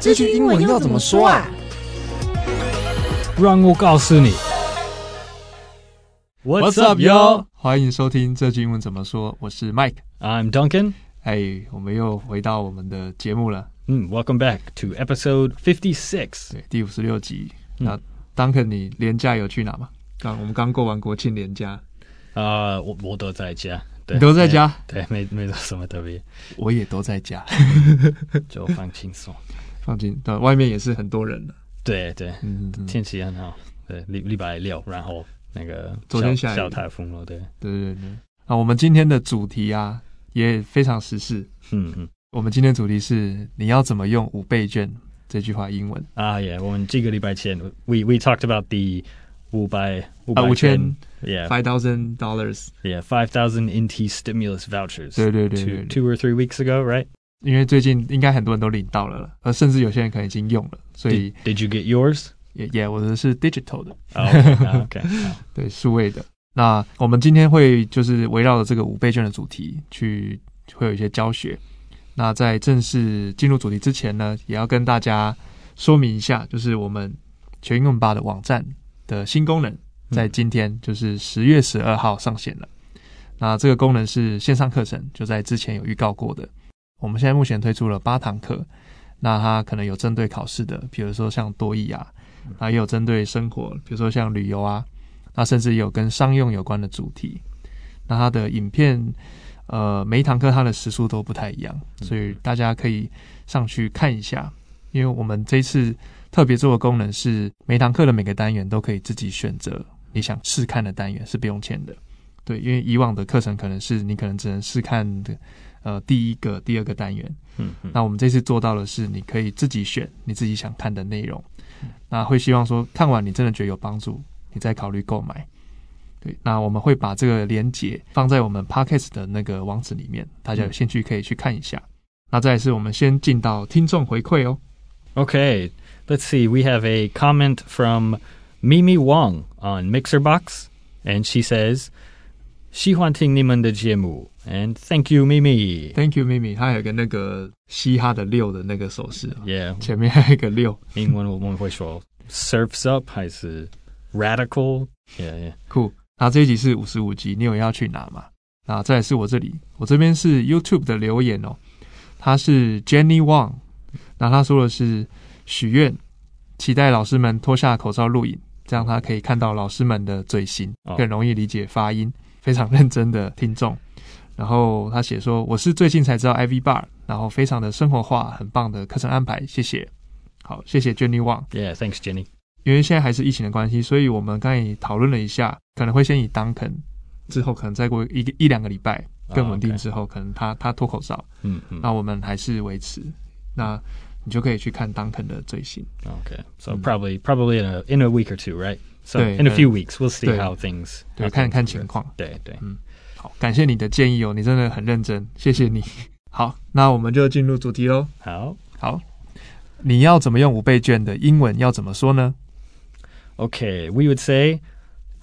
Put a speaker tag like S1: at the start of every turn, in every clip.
S1: 这句英文要怎么说啊？
S2: 让我告诉你。What's up, yo?
S3: 欢迎收听这句英文怎么说，我是 Mike。
S2: I'm Duncan.
S3: 哎，我们又回到我们的节目了，
S2: Mm, welcome back to episode 56.
S3: 对，第五十六集。
S2: 嗯
S3: 那 Duncan，你年假有去哪吗？刚我们刚过完国庆年假，
S2: 啊，我我都在家，对，
S3: 你都在家，
S2: 对，对，没没做什么特别，
S3: 我也都在家，
S2: 就放轻松。
S3: 放心，到外面也是很多人的。
S2: 对 对，
S3: 嗯，嗯嗯
S2: 天气很好，对，礼礼拜六，然后那个
S3: 昨天
S2: 小
S3: 下雨
S2: 小台风了，对，
S3: 对对对。那我们今天的主题啊，也非常时事。
S2: 嗯嗯。
S3: 我们今天的主题是你要怎么用五倍券这句话英文
S2: 啊、yeah，我们这个礼拜前，we we talked about the 五百五
S3: 啊，
S2: 百
S3: 五千
S2: yeah
S3: five thousand dollars。
S2: yeah five thousand NT stimulus vouchers
S3: 对对对
S2: two
S3: 对对
S2: two or three weeks ago right
S3: 因为最近应该很多人都领到了啦，呃，甚至有些人可能已经用了，所以
S2: did, did you get yours
S3: 也也我的是 digital 的，
S2: oh, okay, Oh, 啊 OK 好
S3: 对，数位的。那我们今天会就是围绕着这个五倍券的主题去会有一些教学。那在正式进入主题之前呢，也要跟大家说明一下，就是我们全英文吧的网站的新功能，在今天就是十月十二号上线了。那这个功能是线上课程，就在之前有预告过的。我们现在目前推出了八堂课，那它可能有针对考试的，比如说像多益啊，那也有针对生活，比如说像旅游啊，那甚至也有跟商用有关的主题。那它的影片，呃，每一堂课它的时速都不太一样，
S2: 嗯
S3: 所以大家可以上去看一下。因为我们这一次特别做的功能是，每堂课的每个单元都可以自己选择你想试看的单元，是不用钱的。对，因为以往的课程可能是你可能只能试看的，呃，第一个、第二个单元。
S2: 嗯 嗯
S3: 那我们这次做到的是，你可以自己选你自己想看的内容。那会希望说，看完你真的觉得有帮助，你再考虑购买。对，那我们会把这个连接放在我们 podcast 的那个网址里面，大家有兴趣可以去看一下。那再来是我们先进到听众回馈哦。
S2: okay let's see we have a comment from Mimi Wong on Mixer Box and she says 喜欢听你们的节目 and thank you Mimi
S3: Thank you, Mimi。它还有个那个嘻哈的六的那个手势，
S2: yeah
S3: 前面还有一个六，
S2: 英文我们会说 surfs up 还是 radical yeah yeah
S3: 酷。那这一集是五十五集，你有要去哪吗？那再来是我这里，我这边是 YouTube 的留言哦，他是 Jenny Wang，那他说的是许愿，期待老师们脱下口罩录影，这样他可以看到老师们的嘴型
S2: 哦，
S3: 更容易理解发音，非常认真的听众。然后他写说，我是最近才知道 IV Bar，然后非常的生活化，很棒的课程安排，谢谢。好，谢谢 Jenny Wang。
S2: yeah thanks Jenny
S3: 因为现在还是疫情的关系，所以我们刚才也讨论了一下，可能会先以当肯，之后可能再过一个一两个礼拜更稳定之后，可能他他脱口罩，
S2: 啊嗯嗯
S3: 那我们还是维持，那你就可以去看当肯的最新。
S2: Okay, so
S3: Mm.
S2: probably probably in a in a week or two, right? So
S3: Yeah,
S2: in a
S3: yeah.
S2: few weeks, we'll see
S3: Yeah.
S2: how things.
S3: 对，
S2: how
S3: 看
S2: things
S3: 看
S2: progress.
S3: 情况。
S2: 对对，
S3: 好，感谢你的建议哦，你真的很认真，谢谢你。 好，那我们就进入主题喽。
S2: 好
S3: 好，你要怎么用五倍券的英文要怎么说呢？
S2: ，Okay, we would say,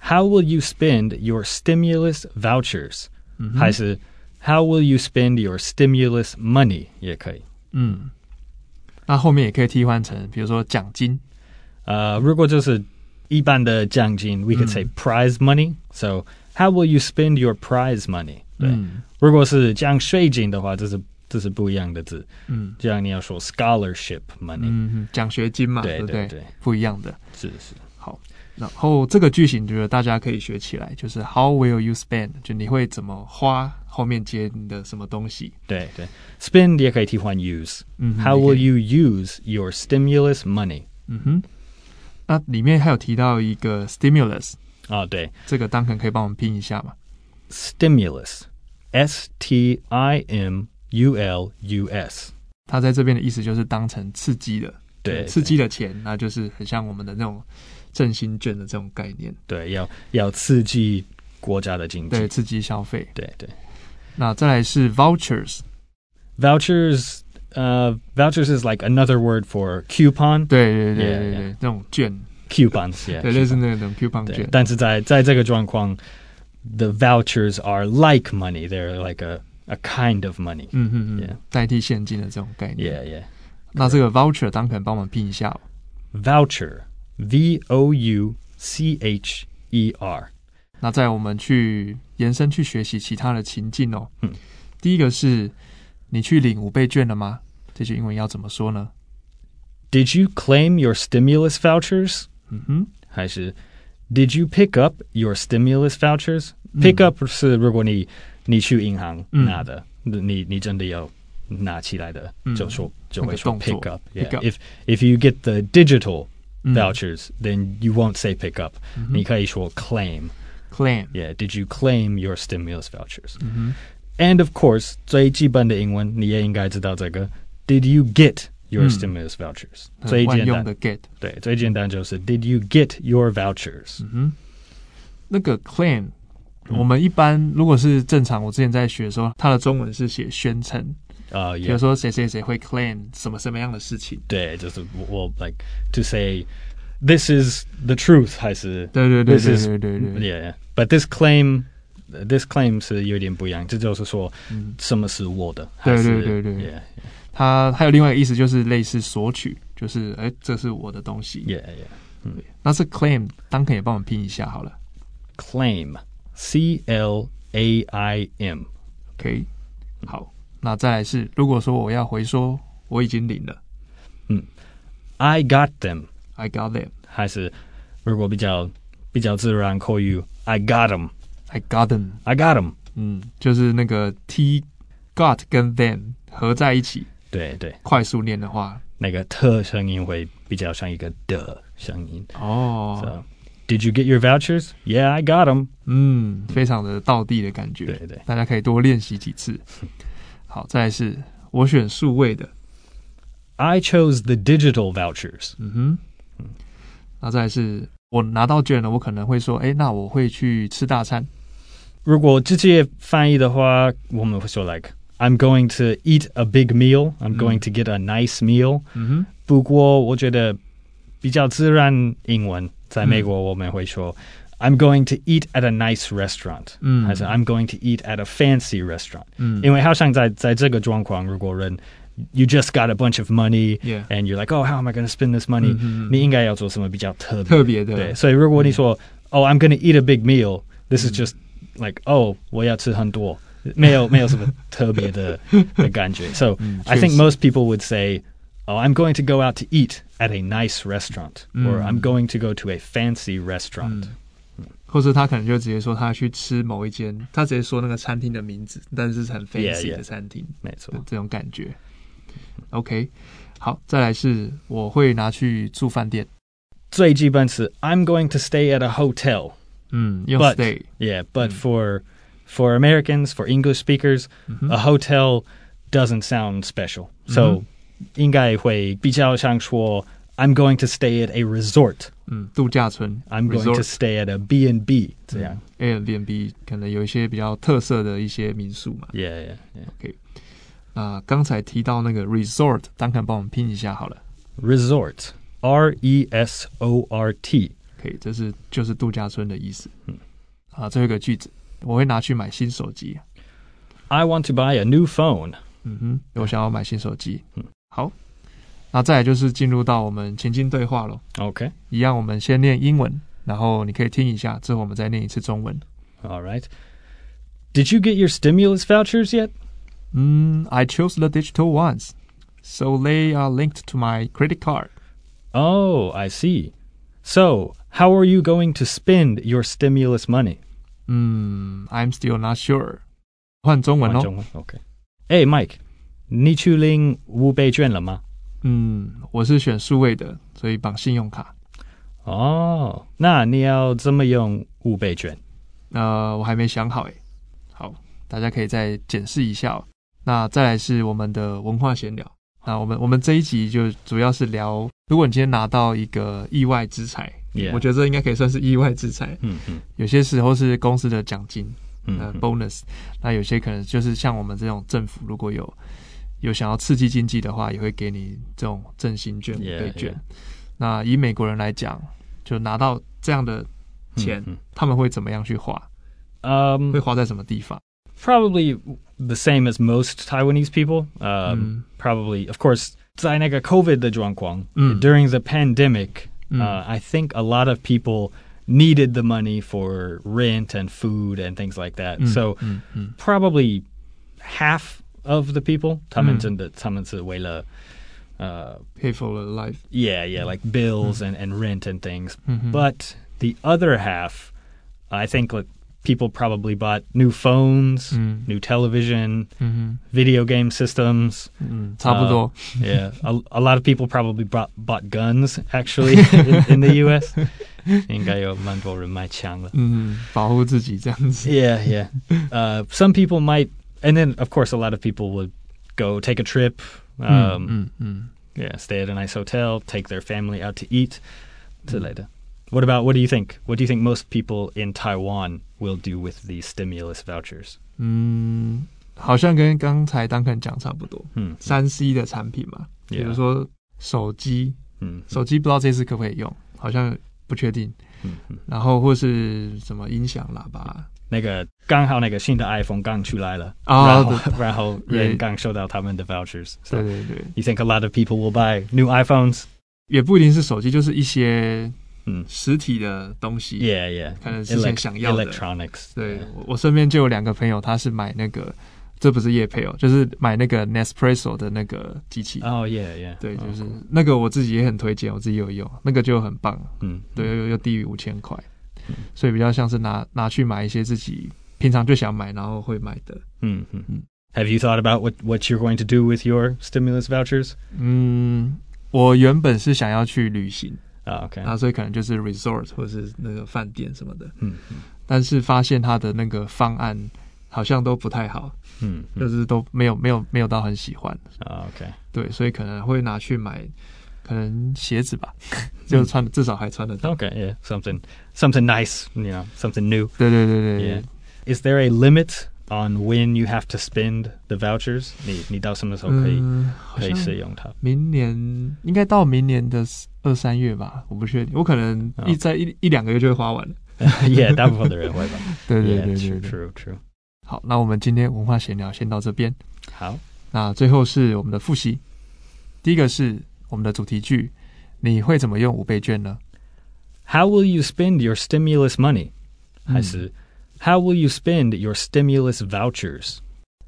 S2: how will you spend your stimulus vouchers？、
S3: 嗯哼
S2: 还是 how will you spend your stimulus money？也可以。
S3: 嗯，那后面也可以替换成，比如说奖金。
S2: 呃，Uh, 如果就是一般的奖金，we could say
S3: 嗯
S2: prize money. So how will you spend your prize money？对，
S3: 嗯
S2: 如果是讲税金的话，这是这是不一样的字。
S3: 嗯
S2: 这样你要说 scholarship money，、
S3: 嗯哼，奖学金嘛，
S2: 对
S3: 不
S2: 对对，
S3: 不一样的。
S2: 是是。
S3: 然后这个句型，觉得大家可以学起来，就是 How will you spend？就你会怎么花，后面接你的什么东西？
S2: 对对，spend 也可以替换 use。
S3: 嗯哼
S2: How
S3: 也可
S2: will
S3: 以
S2: you use your stimulus money？
S3: 嗯哼，那里面还有提到一个 stimulus，
S2: 啊，对
S3: 这个当肯可以帮我们拼一下嘛？
S2: ，stimulus，s t i m u l u s。
S3: 它在这边的意思就是当成刺激的，
S2: 对，
S3: 刺激的钱，那就是很像我们的那种振兴券的这种概念，
S2: 对，对要要刺激国家的经济。
S3: 对，刺激消费。
S2: 对对
S3: 那再来是 vouchers，
S2: ，vouchers，呃，vouchers is like another word for coupon，
S3: 对对对对
S2: Yeah,
S3: 对
S2: yeah.，
S3: 那种券，
S2: coupons，yeah，
S3: 对，类似那种 coupon
S2: 对
S3: 券。
S2: 但是在在这个状况，the vouchers are like money，they're like a a kind of money。
S3: 嗯嗯
S2: Yeah.
S3: 嗯，代替现金的这种概念。
S2: Yeah, yeah.
S3: 那这个 voucher 当可能帮我们拼一下哦、
S2: voucher, V O U C H E R.
S3: 那在我们去延伸去学习其他的情境哦。
S2: 嗯，
S3: 第一个是你去领五倍券了吗？这句英文要怎么说呢？
S2: Did you claim your stimulus vouchers?
S3: 嗯哼，
S2: 还是 Did you pick up your stimulus vouchers? Pick up
S3: Mm. 嗯。
S2: 是如果你你去银行拿的，你你真
S3: 嗯。
S2: 的要拿起来的，就说就会说
S3: 那个动作
S2: pick up. Yeah.
S3: pick up。Mm。
S2: If if you get the digital
S3: 嗯
S2: vouchers, then you won't say pick up.
S3: Mm-hmm。
S2: 你可以说 claim.
S3: claim，
S2: Yeah. Did you claim your stimulus vouchers?
S3: 嗯
S2: And of course, 最基本的英文你也应该知道这个 Did you get your
S3: 嗯。
S2: stimulus vouchers?
S3: 哼，很 Hmm. Uh，呃
S2: 最
S3: 万用
S2: 简单
S3: 的 get，
S2: 对最简单就是 Did you get your vouchers?
S3: 嗯哼，那个 claim，我
S2: 嗯
S3: 们一般如果是正常，我之前在学的时候，它的中文是写宣称，
S2: Uh,
S3: 比
S2: yeah.
S3: 如说谁谁谁会 claim 什么什么样的事情，
S2: 对，就是我 like to say this is the truth 还是
S3: 对对对
S2: this
S3: 对
S2: is
S3: 对对对，
S2: yeah but this claim this claim 是有点不一样，这就是说
S3: 嗯
S2: 什么是我的，
S3: 对
S2: 还是
S3: 对对对
S2: yeah
S3: 它还有另外一个意思就是类似索取，就是哎、这是我的东西。
S2: yeah yeah
S3: 那是 claim，当肯也帮我们拼一下好了。
S2: claim C L A I M
S3: OK，好，那再来是，如果说我要回说我已经领了
S2: I got them
S3: ，I got them，I
S2: 还是如果比较比较自然口语 I got them
S3: got them，
S2: I got them
S3: 嗯，就是那个 t got 跟 them 合在一起，
S2: 对对，
S3: 快速念的话，
S2: 那个特声音会比较像一个的声音。
S3: 哦
S2: So, did you get your vouchers? Yeah, I got them.
S3: 嗯，非常的道地的感觉，
S2: 对对
S3: 大家可以多练习几次。好，再来是，我选数位的，
S2: I chose the digital vouchers.
S3: 嗯哼，那再来是我拿到券了，我可能会说，哎、那我会去吃大餐。
S2: 如果直接翻译的话，我们会说 like I'm going to eat a big meal. I'm
S3: 嗯。
S2: going to get a nice meal.
S3: 嗯
S2: 不过我觉得比较自然英文，在美国我们会说 I'm going to eat at a nice restaurant.
S3: 嗯。
S2: 还是 I'm going to eat at a fancy restaurant.
S3: 哼，嗯，
S2: 因为好像在在这个状况，如果人 you just got a bunch of money
S3: Yeah.
S2: and you're like, oh, how am I going to spend this money?
S3: 嗯哼，嗯。
S2: 你应该要做什么比较特别。
S3: 特别的，
S2: 对，所以如果你说、哦，I'm gonna eat a big meal, this is just like 哦，我要吃很多，没有没有什么特别 的的感觉。So
S3: 嗯
S2: I
S3: 确
S2: think
S3: 实
S2: most people would say, oh, I'm going to go out to eat at a nice restaurant, or
S3: 嗯
S2: I'm going to go to a fancy restaurant.
S3: Mm.
S2: 嗯
S3: 或者他可能就直接说他去吃某一间，他直接说那个餐厅的名字，但是是很
S2: Yeah,
S3: fancy
S2: yeah.
S3: 的餐厅
S2: 没错
S3: 的，这种感觉。OK，好，再来是我会拿去住饭店，
S2: 最基本是 I'm going to stay at a hotel.
S3: 嗯，用
S2: But-
S3: stay，Mm.
S2: Yeah, but
S3: 嗯
S2: for for Americans, for English speakers,
S3: 嗯哼
S2: a hotel doesn't sound special. So,
S3: Mm-hmm.
S2: 应该会比较像说 I'm going to stay at a resort.
S3: 嗯，度假村
S2: I'm going to
S3: resort Mm.
S2: stay at a B&B. 这样。
S3: Airbnb 可能有一些比较特色的一些民宿嘛。
S2: Yeah, yeah, yeah.
S3: 那刚才提到那个 resort，当肯帮我们拼一下好了。
S2: Resort. R E S O R T.
S3: 可以，这是就是度假村的意思。
S2: 嗯，
S3: 啊，最后一个句子，我会拿去买新手机。
S2: I want to buy a new phone.
S3: 嗯哼，我想要买新手机。
S2: 嗯，
S3: 好，那再来就是进入到我们情境对话咯。
S2: Okay.
S3: 一样，我们先念英文，然后你可以听一下，之后我们再念一次中文。
S2: All right. Did you get your stimulus vouchers yet?
S3: 嗯，I chose the digital ones, so they are linked to my credit card.
S2: Oh, I see. So, how are you going to spend your stimulus money?
S3: 嗯，I'm still not sure。换中文哦。
S2: Okay. Hey, Mike. 你去领五倍券了吗？
S3: 嗯，我是选数位的，所以绑信用卡。
S2: 哦，那你要怎么用五倍券？
S3: 呃，我还没想好诶。好，大家可以再检视一下、哦。那再来是我们的文化闲聊。那我们我们这一集就主要是聊，如果你今天拿到一个意外之财
S2: Yeah Hmm,
S3: 我觉得这应该可以算是意外之财。
S2: 嗯嗯
S3: 有些时候是公司的奖金，呃
S2: 嗯嗯
S3: ，bonus。那有些可能就是像我们这种政府，如果有有想要刺激经济的话，也会给你这种振兴券、
S2: Yeah,
S3: 对券
S2: yeah.。
S3: 那以美国人来讲，就拿到这样的钱，
S2: 嗯
S3: 他们会怎么样去花？
S2: 嗯
S3: 会花在什么地方？
S2: ，probably the same as most Taiwanese people. Um, Probably, of course, 在那个 COVID 的状况
S3: Mm.
S2: during the pandemic, uh,
S3: Mm.
S2: I think a lot of people needed the money for rent and food and things like that.
S3: Mm.
S2: So
S3: 嗯嗯
S2: probably half of the people,
S3: Mm. 嗯。
S2: 他们真的他们是为了 uh,
S3: ，pay for the life，
S2: yeah, yeah, like bills
S3: Mm.
S2: and, and rent and things.
S3: 嗯哼
S2: But the other half, I think like, people probably bought new phones,
S3: Mm.
S2: new television,
S3: 嗯
S2: video game systems.
S3: 哼嗯，差不多，
S2: Yeah, a, a lot of people probably bought, bought guns actually in, in the U.S. 应该有蛮多人买枪了。
S3: 嗯，保护自己这样子，
S2: Yeah, yeah. Uh, some people might, and then of course a lot of people would go take a trip. Um,
S3: 嗯嗯
S2: Yeah, stay at a nice hotel, take their family out to eat. To later. What about what do you think? What do you think most people in Taiwan will do with these stimulus vouchers?
S3: 嗯，好像跟刚才 Duncan 讲差不多，
S2: Hmm.
S3: 三 C 的产品嘛，比
S2: Yeah.
S3: 如说手机，
S2: Hmm.
S3: 手机不知道这次可不可以用，好像不确定，
S2: Hmm. Hmm.
S3: 然后或是什么音响喇叭，
S2: 那个刚好那个新的 iPhone 刚出来了，
S3: 啊，对。
S2: 然后然后人刚收到他们的 vouchers。So
S3: 对对对，
S2: you think a lot of people will buy new iPhones?
S3: 也不一定是手机，就是一些
S2: 嗯
S3: 实体的东西，
S2: Yeah, yeah.
S3: 可能之前
S2: Elec-
S3: 想要的。
S2: electronics.
S3: 对
S2: Yeah.
S3: 我我身边就有两个朋友，他是买那个，这不是叶配哦，就是买那个 Nespresso 的那个机器。
S2: Oh yeah, yeah.
S3: 对，
S2: Oh,
S3: 就是那个我自己也很推荐，我自己有用，那个就很棒，
S2: 嗯，
S3: 对，又又低于五千块，所以比较像是拿拿去买一些自己平常就想买，然后会买的。
S2: 嗯嗯
S3: 嗯
S2: Have you thought about what what you're going to do with your stimulus vouchers?
S3: 嗯，我原本是想要去旅行，
S2: Ah, okay.
S3: 那所以可能就是 resort 或是那个饭店什么的，
S2: 嗯
S3: 但是发现他的那个方案好像都不太好，
S2: 嗯 Oh,
S3: 就
S2: 嗯
S3: 是都没有没有没有到很喜欢，
S2: 啊，OK，
S3: 对，所以可能会拿去买，可能鞋子 吧，就穿至少还穿得到。
S2: okay, yeah, something something nice, you know, something new.
S3: 对对对对
S2: Yeah.
S3: 对，
S2: Is there a limit on when you have to spend the vouchers? 你你到什么时候可以、
S3: 嗯，好
S2: 可以使
S3: 像
S2: 用它？
S3: 明年应该到明年的二三月吧，我不确定，我可能一
S2: 哦
S3: 在一一两个月就会花完了。
S2: yeah，大部分的人会吧。
S3: 对对
S2: yeah,
S3: 对对
S2: true,
S3: 对。
S2: true, true.
S3: 好，那我们今天文化闲聊先到这边。
S2: 好，
S3: 那最后是我们的复习，第一个是我们的主题句，你会怎么用五倍券呢？
S2: How will you spend your stimulus money？、还
S3: 嗯
S2: 是 How will you spend your stimulus vouchers？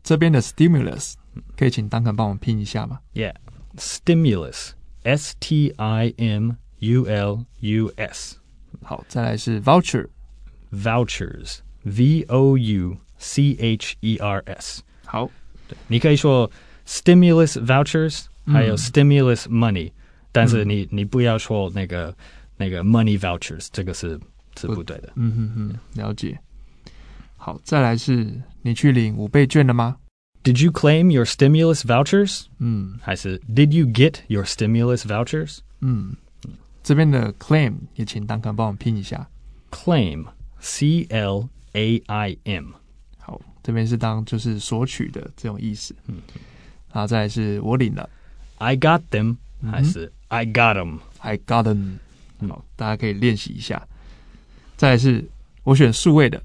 S3: 这边的 stimulus 可以请丹肯帮我们拼一下吗？
S2: Yeah. Stimulus. S T I M U L U S.
S3: 好，再来是 voucher，
S2: Vouchers. V O U C H E R S.
S3: 好，
S2: 你可以说 stimulus vouchers
S3: 嗯。
S2: 还有 stimulus money，、但是你你不要说那个那个 money vouchers 这个是是不对的。
S3: 嗯哼哼，了解。好，再来是你去领五倍券了吗？
S2: Did you claim your stimulus vouchers？
S3: 嗯
S2: 还是 Did you get your stimulus vouchers？
S3: 嗯，这边的 claim 也请丹肯帮我们拼一下。
S2: Claim C L A I M。
S3: 好，这边是当就是索取的这种意思。嗯，然后再来是我领了
S2: I got them 还是 I got them？
S3: ，I got them。
S2: 嗯
S3: 好，大家可以练习一下。再来是我选数位的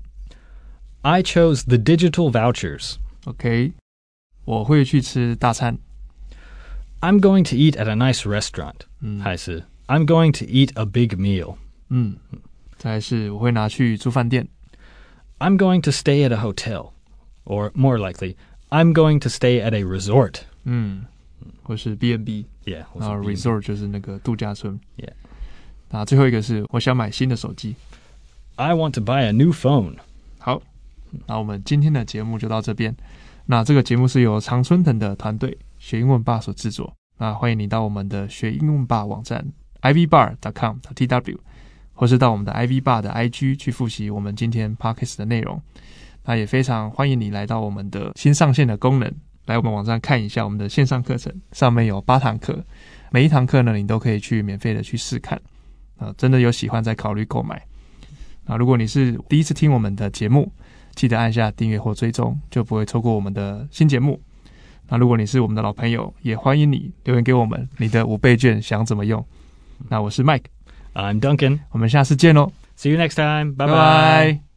S2: I chose the digital vouchers.
S3: ，OK，我会去吃大餐。
S2: I'm going to eat at a nice restaurant.
S3: 嗯，
S2: 还是 I'm going to eat a big meal.
S3: 嗯，再来是我会拿去住饭店。
S2: I'm going to stay at a hotel. Or more likely, I'm going to stay at a resort.
S3: 嗯，或是 B&B。
S2: Yeah.
S3: 然后 resort 就是那个度假村。
S2: Yeah
S3: 那最后一个是我想买新的手机。
S2: I want to buy a new phone.
S3: 好，那我们今天的节目就到这边。那这个节目是由常春藤的团队学英文吧所制作。那欢迎你到我们的学英文吧网站 ivbar.com.tw，或是到我们的 ivbar 的 IG 去复习我们今天 podcast 的内容。那也非常欢迎你来到我们的新上线的功能，来我们网站看一下我们的线上课程，上面有八堂课，每一堂课呢你都可以去免费的去试看。啊、真的有喜欢再考虑购买。啊，如果你是第一次听我们的节目，记得按下订阅或追踪，就不会错过我们的新节目。那如果你是我们的老朋友，也欢迎你留言给我们你的五倍券想怎么用。那我是 Mike，
S2: I'm Duncan.
S3: 我们下次见喽，哦
S2: See you next time. Bye
S3: 拜拜